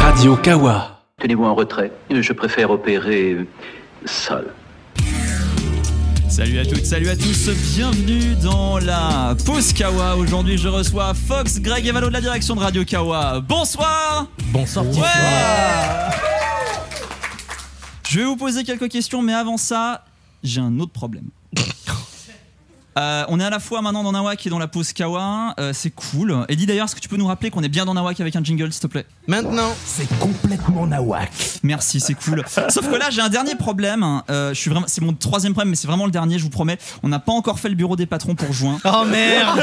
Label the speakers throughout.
Speaker 1: Radio Kawa.
Speaker 2: Tenez-vous en retrait. Je préfère opérer euh, seul.
Speaker 3: Salut à toutes, salut à tous, bienvenue dans la pause Kawa. Aujourd'hui, je reçois Fox, Greg et Valo de la direction de Radio Kawa. Bonsoir
Speaker 4: Bonsoir,
Speaker 3: Ouais Je vais vous poser quelques questions, mais avant ça, j'ai un autre problème. Euh, on est à la fois maintenant dans Nawak et dans la pause Kawa, euh, c'est cool. Eddie d'ailleurs, est-ce que tu peux nous rappeler qu'on est bien dans Nawak avec un jingle, s'il te plaît
Speaker 4: Maintenant,
Speaker 5: C'est complètement nawak.
Speaker 3: Merci, c'est cool. Sauf que là, j'ai un dernier problème. Euh, je suis vraiment, c'est mon troisième problème, mais c'est vraiment le dernier, je vous promets. On n'a pas encore fait le bureau des patrons pour juin.
Speaker 4: oh merde,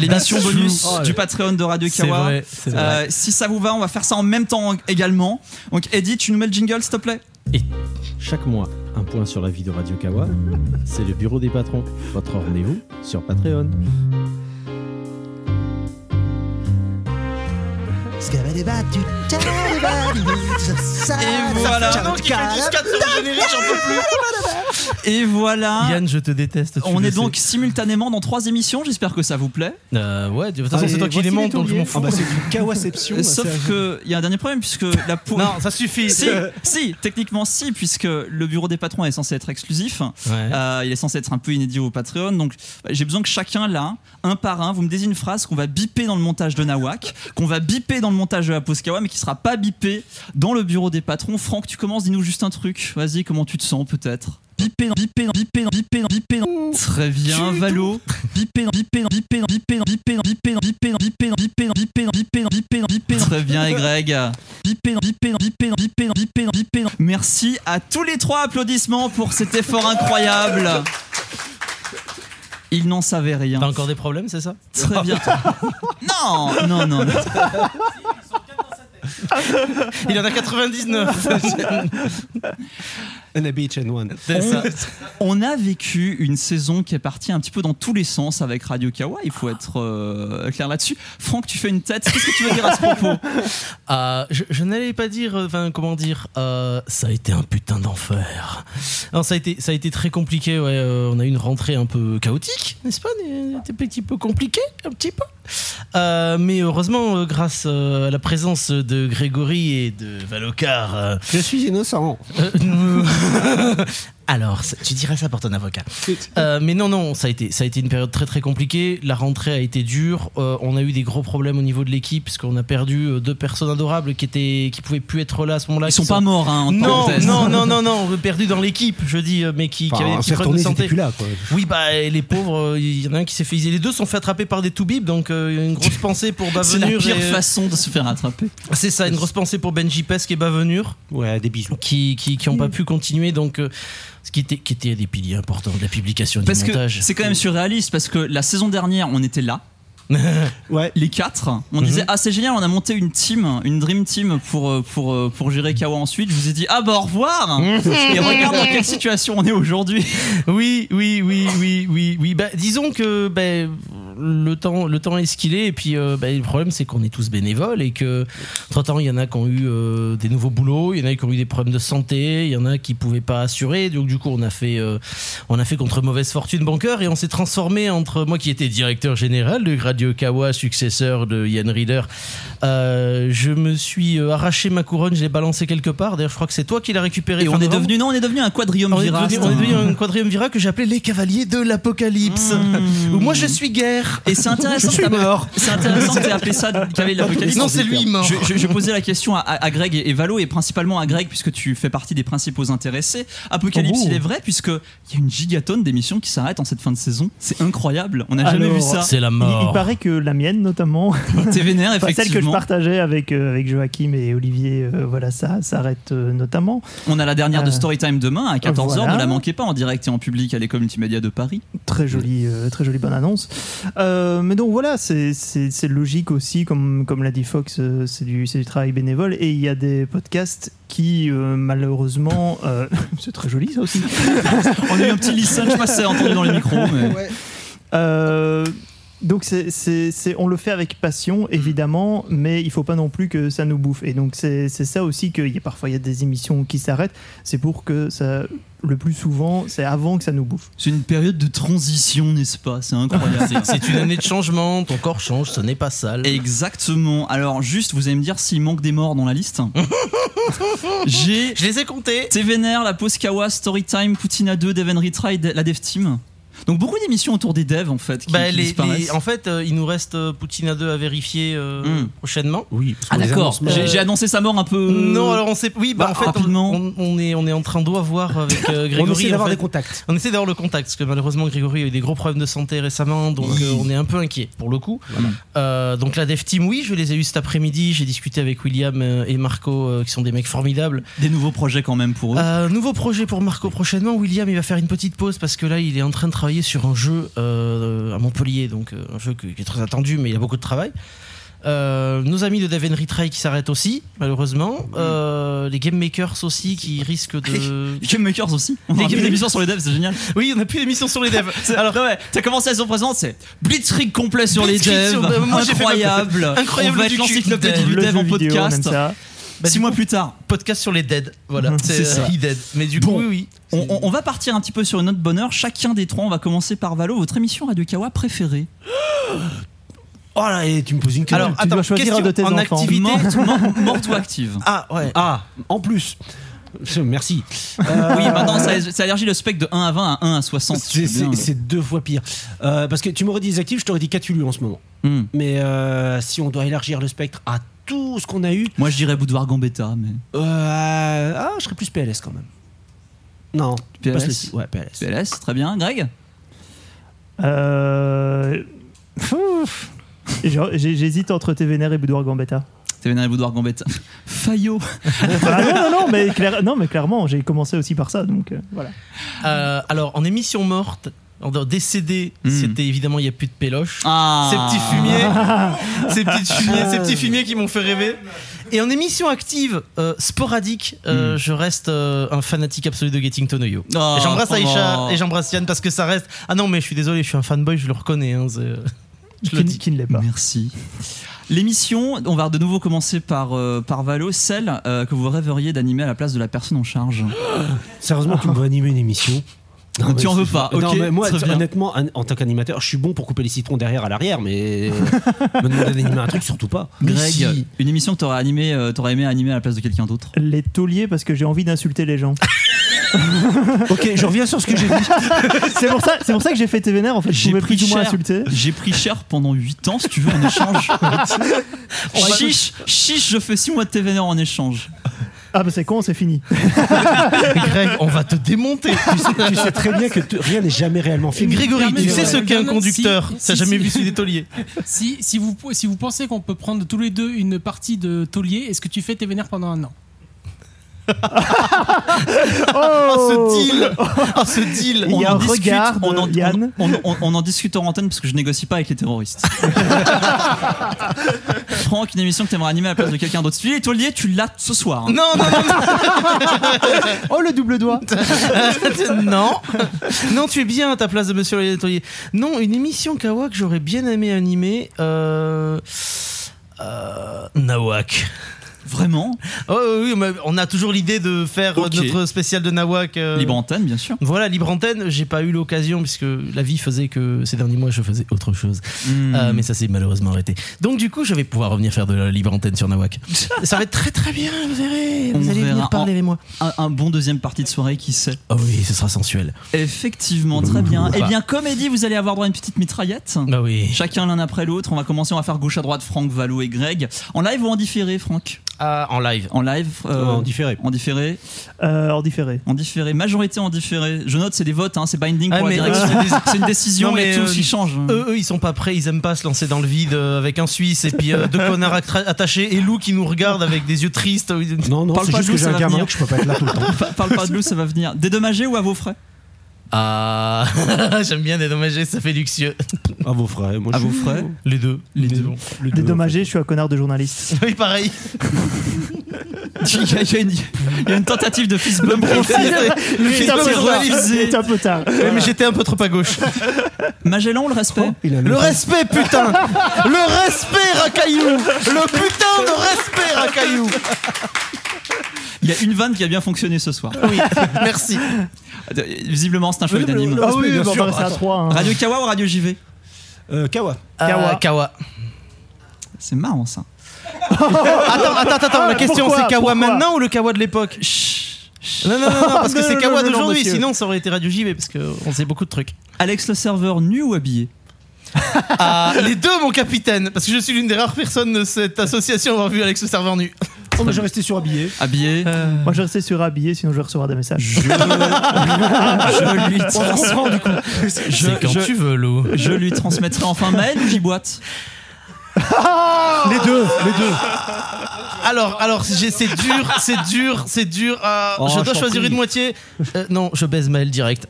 Speaker 3: L'édition bonus
Speaker 4: Oh,
Speaker 3: du Patreon de Radio
Speaker 4: c'est
Speaker 3: Kawa.
Speaker 4: vrai, c'est vrai.
Speaker 3: Euh, si ça vous va, on va faire ça en même temps également. Donc, Eddie, tu nous mets le jingle, s'il te plaît
Speaker 6: Et chaque mois, un point sur la vie de Radio Kawa, c'est le bureau des patrons. Votre rendez-vous sur Patreon.
Speaker 3: Et voilà. Et
Speaker 5: Ah.
Speaker 3: voilà.
Speaker 4: Yann, je te déteste. tu
Speaker 3: On
Speaker 4: le
Speaker 3: est
Speaker 4: sais.
Speaker 3: donc simultanément dans trois émissions. J'espère que ça vous plaît.
Speaker 4: Euh, ouais, de toute façon, c'est toi qui les montes, donc je m'en fous.
Speaker 5: Ah bah, c'est du kawaception. là,
Speaker 3: Euh, Sauf
Speaker 5: c'est-
Speaker 3: que il y a un dernier problème puisque la peau.
Speaker 4: non, ça suffit. Euh,
Speaker 3: Si, si, techniquement si, puisque le bureau des patrons est censé être exclusif.
Speaker 4: Ouais.
Speaker 3: Euh, il est censé être un peu inédit au Patreon. Donc bah, j'ai besoin que chacun là, un par un, vous me désigne une phrase qu'on va biper dans le montage de Nawak, qu'on va biper dans le montage de la Poskawa, mais qui sera pas bipée dans le bureau des patrons. Franck, tu commences, dis-nous juste un truc. Vas-y, comment tu te sens peut-être Bipé dans, bipé dans, bipé dans, bipé dans, bipé dans. Très bien, Valo. Bipé dans, bipé dans, bipé dans, bipé dans, bipé dans, bipé dans, bipé dans, bipé dans, bipé dans, bipé dans, bipé dans, bipé dans, bipé dans. Très bien, et Greg. Bipé dans, bipé dans, bipé dans, bipé dans, bipé dans, bipé dans. Merci à tous les trois applaudissements pour cet effort incroyable. Il n'en savait rien.
Speaker 4: T'as encore des problèmes, c'est ça
Speaker 3: Très bien. Non, non, non. non.
Speaker 4: Il en a 99.
Speaker 5: And a beach and one.
Speaker 4: c'est ça.
Speaker 3: On a vécu une saison qui est partie un petit peu dans tous les sens avec Radio Kawa. Il faut être euh, clair là-dessus. Franck, tu fais une tête. Qu'est-ce que tu veux dire à ce propos
Speaker 4: Euh, je je n'allais pas dire, euh, enfin, comment dire, euh, ça a été un putain d'enfer. Non, ça a été, ça a été très compliqué. Ouais, euh, on a eu une rentrée un peu chaotique, n'est-ce pas des- des- Un petit peu compliqué, un petit peu. Euh, mais heureusement, euh, grâce euh, à la présence de Grégory et de Valocard, euh,
Speaker 5: Je suis innocent.
Speaker 4: euh, Alors, ça- tu dirais ça pour ton avocat. Euh, mais non, non, ça a, été, ça a été une période très très compliquée. La rentrée a été dure. Euh, on a eu des gros problèmes au niveau de l'équipe, puisqu'on a perdu euh, deux personnes adorables qui étaient, qui pouvaient plus être là à ce moment-là.
Speaker 3: Ils
Speaker 4: qui
Speaker 3: sont pas morts, hein, en
Speaker 4: Non,
Speaker 3: parenthèse.
Speaker 4: non, non, non, non, perdu dans l'équipe, je dis, euh, mais qui, qui avaient des
Speaker 5: Enfin,
Speaker 4: petits
Speaker 5: c'est
Speaker 4: problèmes de
Speaker 5: retourné,
Speaker 4: santé.
Speaker 5: c'était plus là, quoi.
Speaker 4: Oui, bah, et les pauvres, euh, il y en a un qui s'est fait. Les deux sont fait attraper par des toubibs, donc euh, une grosse pensée pour
Speaker 3: C'est la
Speaker 4: Bavenure.
Speaker 3: pire
Speaker 4: et-
Speaker 3: façon de se faire attraper.
Speaker 4: C'est ça, une grosse pensée pour Benji Pesque et Bavenure
Speaker 5: Ouais, des bisous.
Speaker 4: qui qui qui ont
Speaker 3: Mm.
Speaker 4: pas pu continuer donc euh, ce qui était qui était des piliers importants de la publication et du
Speaker 3: Parce que
Speaker 4: montage.
Speaker 3: c'est quand même surréaliste parce que la saison dernière, on était là.
Speaker 5: Ouais.
Speaker 3: les quatre, on disait ah c'est génial, on a monté une team, une dream team pour euh, pour euh, pour gérer Kawa ensuite. Je vous ai dit ah bah au revoir et regarde dans quelle situation on est aujourd'hui.
Speaker 4: Oui, oui, oui, oui, oui, oui. Bah, disons que bah, le temps, le temps est ce qu'il est. Et puis, euh, bah, le problème, c'est qu'on est tous bénévoles et que, entre temps, il y en a qui ont eu euh, des nouveaux boulots, il y en a qui ont eu des problèmes de santé, il y en a qui pouvaient pas assurer. Donc, du coup, on a fait, euh, on a fait contre mauvaise fortune bancaire et on s'est transformé entre moi qui étais directeur général de Radio Kawa, successeur de Yann Reader. euh, je me suis euh, arraché ma couronne, je l'ai balancée quelque part. D'ailleurs, je crois que c'est toi qui l'as récupérée.
Speaker 3: Et
Speaker 4: fin
Speaker 3: on est
Speaker 4: novembre.
Speaker 3: devenu non on est devenu un quadrium
Speaker 4: On est devenu- on est devenu
Speaker 3: virage.
Speaker 4: un quadriumvirat que j'appelais les cavaliers de l'apocalypse.
Speaker 3: Mmh.
Speaker 4: Où moi je suis guerre.
Speaker 3: Et c'est intéressant. que t'as-
Speaker 4: mort.
Speaker 3: C'est intéressant que tu appelé ça Cavé de l'Apocalypse.
Speaker 4: Non, c'est lui mort.
Speaker 3: Je, je- je posais la question à, à- à Greg et, et Valo, et principalement à Greg, puisque tu fais partie des principaux intéressés. Apocalypse,
Speaker 5: Oh.
Speaker 3: il est vrai, puisqu'il y a une gigatonne d'émissions qui s'arrêtent en cette fin de saison. C'est incroyable. On n'a jamais
Speaker 7: Alors,
Speaker 3: vu ça.
Speaker 4: C'est la
Speaker 7: Il, il
Speaker 4: mort.
Speaker 7: paraît que la mienne, notamment,
Speaker 3: C'est vénère,
Speaker 7: enfin,
Speaker 3: effectivement.
Speaker 7: celle que je partageais avec, euh, avec Joachim et Olivier, euh, voilà, ça s'arrête euh, notamment.
Speaker 3: On a la dernière de
Speaker 7: Euh,
Speaker 3: Storytime demain à 14h,
Speaker 7: voilà.
Speaker 3: ne la manquez pas en direct et en public à l'école multimédia de Paris.
Speaker 7: Très jolie, euh, très jolie bonne annonce. Euh, mais donc voilà, c'est- c'est c'est logique aussi, comme, comme l'a dit Fox, euh, c'est du, c'est du travail bénévole. Et il y a des podcasts qui, euh, malheureusement, euh, c'est très joli ça aussi.
Speaker 3: On a eu un petit listen, je sais pas si c'est entendu dans les micros, mais
Speaker 7: Euh, Donc c'est, c'est, c'est- on le fait avec passion, évidemment, mais il faut pas non plus que ça nous bouffe. Et donc c'est, c'est ça aussi que il y a, parfois il y a des émissions qui s'arrêtent. C'est pour que ça, le plus souvent, c'est avant que ça nous bouffe.
Speaker 3: C'est une période de transition, n'est-ce pas C'est incroyable.
Speaker 4: C'est- C'est une année de changement, ton corps change, ce n'est pas sale.
Speaker 3: Exactement. Alors juste, vous allez me dire s'il manque des morts dans la liste. J'ai
Speaker 4: Je les ai comptés.
Speaker 3: T'es vénère, la pause Kawa, Storytime, Poutine à 2, Deven Retry, De- la Dev Team. Donc beaucoup d'émissions autour des devs en fait qui,
Speaker 4: Bah,
Speaker 3: qui
Speaker 4: les-
Speaker 3: disparaissent.
Speaker 4: les- en fait, euh, il nous reste euh, Poutine à 2 à vérifier euh,
Speaker 3: Mm.
Speaker 4: prochainement.
Speaker 5: Oui, parce qu'on
Speaker 3: Ah
Speaker 5: les
Speaker 3: d'accord,
Speaker 5: annonce maintenant.
Speaker 3: j'ai j'ai annoncé sa mort un peu.
Speaker 4: Non, alors on sait. Oui, bah,
Speaker 3: Bah,
Speaker 4: en fait, on-
Speaker 3: rapidement.
Speaker 4: On, on est, on est en train de voir avec euh,
Speaker 5: On
Speaker 4: Grégory.
Speaker 5: essaie
Speaker 4: en
Speaker 5: d'avoir
Speaker 4: fait.
Speaker 5: des contacts.
Speaker 4: On essaie d'avoir le contact, parce que malheureusement, Grégory a eu des gros problèmes de santé récemment, donc
Speaker 3: Oui.
Speaker 4: euh, on est un peu inquiet pour le coup.
Speaker 3: Voilà.
Speaker 4: Euh, donc la Dev Team, oui, je les ai eus cet après-midi, j'ai discuté avec William euh, et Marco, euh, qui sont des mecs formidables.
Speaker 3: Des nouveaux projets quand même
Speaker 5: Oh.
Speaker 3: pour eux.
Speaker 4: Euh, nouveau projet pour Marco prochainement, William il va faire une petite pause, parce que là il est en train de travailler sur un jeu euh, à Montpellier, donc euh, un jeu que- qui est très attendu, mais il a beaucoup de travail. Euh, nos amis de Dev Retry qui s'arrêtent aussi, malheureusement.
Speaker 5: Mm.
Speaker 4: Euh, les Game Makers aussi qui risquent de.
Speaker 3: Les Game Makers aussi. On a
Speaker 4: Game
Speaker 3: fait des émissions sur les devs, c'est génial.
Speaker 4: oui, on n'a plus d'émission sur les devs.
Speaker 3: Alors ouais, t'as commencé à se présente, c'est Blitzkrieg complet sur les
Speaker 4: Blitzkrieg
Speaker 3: devs.
Speaker 4: sur- bah, moi, j'ai fait ma-
Speaker 3: incroyable.
Speaker 4: Incroyable
Speaker 3: On va
Speaker 4: du
Speaker 3: être
Speaker 4: cul.
Speaker 3: l'encyclopédie du
Speaker 7: Le
Speaker 3: dev
Speaker 7: jeu
Speaker 3: en
Speaker 7: vidéo, on aime
Speaker 3: podcast.
Speaker 7: ça.
Speaker 4: Bah,
Speaker 3: Six
Speaker 4: du
Speaker 3: mois plus tard.
Speaker 4: podcast sur les dead. Voilà,
Speaker 5: Mm.
Speaker 7: Mhm,
Speaker 4: c'est
Speaker 7: c'est ça.
Speaker 4: euh, he dead. Mais du
Speaker 3: Bon.
Speaker 4: coup, oui, oui.
Speaker 3: On, on- on va partir un petit peu sur une note bonheur. Chacun des trois, on va commencer par Valo, votre émission Radio Kawa préférée.
Speaker 5: Oh là, et tu me poses une question.
Speaker 4: Alors,
Speaker 7: tu
Speaker 4: attends,
Speaker 7: dois choisir
Speaker 4: question
Speaker 7: un de tes
Speaker 4: en
Speaker 7: enfants.
Speaker 4: activité.
Speaker 3: Morte, mor- morte ou active
Speaker 4: Ah ouais.
Speaker 5: Ah, en plus. Merci.
Speaker 3: Oui, maintenant ça, ça allergie le spec de 1 à 20 à 1 à 60.
Speaker 5: C'est-
Speaker 3: C'est bien.
Speaker 5: C'est c'est deux fois pire. Euh, parce que tu m'aurais dit des actifs, je t'aurais dit Cthulhu en ce moment.
Speaker 3: Hmm.
Speaker 5: Mais euh, si on doit élargir le spectre à tout ce qu'on a eu,
Speaker 3: Moi je dirais Boudoir Gambetta, mais.
Speaker 5: euh, ah, je serais plus PLS quand même. Non,
Speaker 3: PLS.
Speaker 5: passe le site. Ouais, PLS.
Speaker 3: PLS, très bien. Greg
Speaker 7: Euh... Fouf. Genre, j'ai- J'hésite entre Tévénère et Boudoir Gambetta.
Speaker 3: T'es vénéré Boudoir Gambetta. Fayot
Speaker 7: Ah, non, non, non, mais, clair- non, mais clairement, j'ai commencé aussi par ça, donc euh, voilà.
Speaker 4: Euh, alors, en émission morte, en en décédé,
Speaker 3: Hmm.
Speaker 4: c'était évidemment, il n'y a plus de péloche.
Speaker 3: Ah
Speaker 4: Ces petits fumiers, ces petits fumiers, ces petits fumiers qui m'ont fait rêver. Et en émission active, euh, sporadique,
Speaker 3: Hmm.
Speaker 4: euh, je reste euh, un fanatique absolu de Getting to Know You.
Speaker 3: Oh,
Speaker 4: Et j'embrasse Aïcha
Speaker 3: oh.
Speaker 4: et j'embrasse Yann parce que ça reste. Ah non, mais je suis désolé, je suis un fanboy, je le reconnais. hein, c'est- Je le
Speaker 7: Qui,
Speaker 4: dis.
Speaker 7: qui ne l'est pas.
Speaker 3: Bah. Merci. L'émission, on va de nouveau commencer par, euh, par Valo, celle euh, que vous rêveriez d'animer à la place de la personne en charge.
Speaker 5: Sérieusement, tu me vois animer une émission.
Speaker 3: Non, tu
Speaker 5: mais
Speaker 3: en veux
Speaker 5: c'est-
Speaker 3: pas,
Speaker 5: Non,
Speaker 3: ok,
Speaker 5: mais moi,
Speaker 3: très bien.
Speaker 5: honnêtement, en, en tant qu'animateur, je suis bon pour couper les citrons derrière à l'arrière, mais me demander d'animer un truc, surtout pas.
Speaker 3: Greg, une émission que t'aurais animé, euh, t'aurais aimé animer à la place de quelqu'un d'autre.
Speaker 7: Les tauliers, parce que j'ai envie d'insulter les gens.
Speaker 5: Ok, je reviens sur ce que j'ai dit.
Speaker 7: c'est pour ça, c'est pour ça que j'ai fait Tévénère en fait. Je
Speaker 3: J'ai
Speaker 7: pouvais
Speaker 3: pris
Speaker 7: plus ou moins
Speaker 3: cher.
Speaker 7: insulter.
Speaker 3: J'ai pris cher pendant 8 ans, si tu veux, en échange. chiche, chiche, je fais 6 mois de TVNR en échange.
Speaker 7: Ah bah c'est con, c'est fini.
Speaker 4: Greg, on va te démonter.
Speaker 5: tu, sais, tu sais très bien que t- rien n'est jamais réellement fini.
Speaker 4: Grégory, tu
Speaker 1: Permettez-
Speaker 4: sais ce qu'est un
Speaker 1: Permettez-
Speaker 4: conducteur.
Speaker 1: si,
Speaker 4: T'as
Speaker 1: si,
Speaker 4: jamais
Speaker 1: si.
Speaker 4: vu celui des tauliers.
Speaker 1: Si, si, vous, si vous pensez qu'on peut prendre tous les deux une partie de taulier, est-ce que tu fais tes vénères pendant un an
Speaker 4: Oh,
Speaker 7: Oh,
Speaker 4: ce deal Oh, ce deal
Speaker 7: Il y a
Speaker 3: en
Speaker 7: un regard de
Speaker 3: on en,
Speaker 7: Yann.
Speaker 3: On, on- on en discute en antenne parce que je négocie pas avec les terroristes. Franck, une émission que t'aimerais animer à la place de quelqu'un d'autre. Celui étoilier, tu l'as ce soir. hein.
Speaker 4: Non, non,
Speaker 7: oh le double doigt.
Speaker 4: non, non, non, tu es bien à ta place de Monsieur le Taulier. Non, une émission Kawa que j'aurais bien aimé animer. Euh... euh, Nawak.
Speaker 7: Mm.
Speaker 3: Vraiment
Speaker 4: Oh oui, mais on a toujours l'idée de faire
Speaker 3: Ok.
Speaker 4: notre spécial de Nawak. euh,
Speaker 3: Libre antenne, bien sûr.
Speaker 4: Voilà, libre antenne. J'ai pas eu l'occasion puisque la vie faisait que ces derniers mois je faisais autre chose.
Speaker 3: Mm.
Speaker 4: Euh, mais ça s'est malheureusement arrêté. Donc du coup, je vais pouvoir revenir faire de la libre antenne sur Nawak. ça va être très très bien, vous verrez. Vous
Speaker 3: On
Speaker 4: allez
Speaker 3: verra.
Speaker 4: venir parler avec moi.
Speaker 3: un, un bon deuxième partie de soirée, qui sait
Speaker 4: Oh oui, ce sera sensuel.
Speaker 3: Effectivement, très bien. Eh
Speaker 4: Ouh.
Speaker 3: bien, comédie, vous allez avoir droit à une petite mitraillette.
Speaker 4: Bah oui.
Speaker 3: Chacun l'un après l'autre. On va commencer, on va faire gauche à droite, Franck, Valo et Greg. En live ou en différé, Franck
Speaker 4: Ah, en live.
Speaker 3: En live euh,
Speaker 5: en différé.
Speaker 3: En différé
Speaker 7: Euh, en différé.
Speaker 3: En différé. Majorité en différé. Je note, c'est des votes, hein, c'est binding
Speaker 4: Ah,
Speaker 3: pour la
Speaker 4: mais-
Speaker 3: direction. C'est des- C'est une décision
Speaker 4: Non,
Speaker 3: et
Speaker 4: mais,
Speaker 3: tout
Speaker 4: euh,
Speaker 3: qui change.
Speaker 4: Eux, eux, ils sont pas prêts, ils aiment pas se lancer dans le vide euh, avec un Suisse et puis euh, deux connards attra- attachés et Lou qui nous regarde avec des yeux tristes.
Speaker 5: Non, non,
Speaker 3: Parle
Speaker 5: c'est
Speaker 3: pas
Speaker 5: juste
Speaker 3: de
Speaker 5: que
Speaker 3: nous,
Speaker 5: j'ai
Speaker 3: ça
Speaker 5: un
Speaker 3: va
Speaker 5: gamin
Speaker 3: venir.
Speaker 5: que je peux pas être là tout le temps.
Speaker 3: Pa- Parle pas de nous, ça va venir. Dédommagé ou à vos frais
Speaker 4: Ah, j'aime bien dédommager, ça fait luxueux.
Speaker 5: À vos frais. Moi,
Speaker 3: À
Speaker 5: je
Speaker 3: vos
Speaker 5: suis-
Speaker 3: frais.
Speaker 4: Les deux.
Speaker 3: Les deux.
Speaker 5: Les deux, en
Speaker 7: Dédommagé, je suis un connard de journaliste.
Speaker 4: Oui, pareil.
Speaker 3: Il y a- il y, a une- il y a une tentative de fist bump.
Speaker 7: Il
Speaker 3: fist
Speaker 7: était un
Speaker 3: bump
Speaker 7: peu tard. Il
Speaker 3: réalisé.
Speaker 7: était un peu tard.
Speaker 4: Mais j'étais un peu trop à gauche.
Speaker 3: Magellan, on le respect
Speaker 4: Le respect, putain Le respect, Racaillou Le putain de respect, Racaillou
Speaker 3: Il y a une vanne qui a bien fonctionné ce soir.
Speaker 4: Oui, merci.
Speaker 3: Attends, Visiblement, c'est un choix
Speaker 7: Le- le-
Speaker 3: unanime.
Speaker 7: le respect,
Speaker 5: oui,
Speaker 7: bien
Speaker 5: bien
Speaker 7: sûr,
Speaker 5: sûr.
Speaker 7: on va rester à 3. hein.
Speaker 3: Radio Kawa ou Radio JV
Speaker 5: Euh, Kawa.
Speaker 7: Kawa.
Speaker 4: Euh, Kawa.
Speaker 3: C'est marrant ça.
Speaker 4: Attends, attends, attends,
Speaker 7: Ah,
Speaker 4: la question
Speaker 7: pourquoi
Speaker 4: c'est Kawa
Speaker 7: Pourquoi
Speaker 4: maintenant ou le Kawa de l'époque
Speaker 3: Chut, chut.
Speaker 4: Non, non, non, non, parce que
Speaker 7: Non,
Speaker 4: c'est
Speaker 7: non,
Speaker 4: Kawa
Speaker 7: non, non,
Speaker 4: d'aujourd'hui,
Speaker 7: monsieur.
Speaker 4: sinon ça aurait été Radio JV parce qu'on sait beaucoup de trucs.
Speaker 3: Alex le serveur nu ou habillé
Speaker 4: Ah, les deux, mon capitaine, parce que je suis l'une des rares personnes de cette association à avoir vu Alex le serveur nu.
Speaker 5: Oh, moi, j'ai resté sur habillé.
Speaker 3: Habillé.
Speaker 4: Euh,
Speaker 7: Moi, je restais sur habillé, sinon je vais recevoir des messages.
Speaker 3: Je, je lui trans-
Speaker 5: du coup.
Speaker 3: je- je-
Speaker 4: veux, Lou.
Speaker 3: je lui transmettrai enfin mail ou j'y boite
Speaker 5: Les deux, les deux.
Speaker 4: Alors, alors, j'ai- c'est dur, c'est dur, c'est dur. ah,
Speaker 3: Oh,
Speaker 4: je dois
Speaker 3: je t'en
Speaker 4: choisir
Speaker 3: prie.
Speaker 4: une moitié. Euh, non, je baise Maël direct.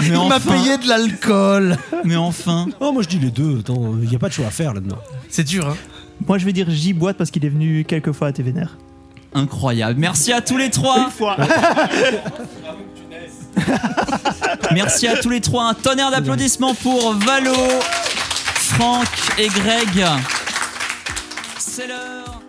Speaker 3: Mais enfin,
Speaker 4: de l'alcool.
Speaker 3: mais enfin.
Speaker 5: Oh, moi je dis les deux. Attends, il n'y a pas de choix à faire là-dedans.
Speaker 4: C'est dur, hein.
Speaker 7: Moi, je vais dire J boîte parce qu'il est venu quelques fois à TVNR.
Speaker 3: Incroyable. Merci à tous les trois. Merci à tous les trois. Un tonnerre d'applaudissements pour Valo, Franck et Greg. C'est l'heure.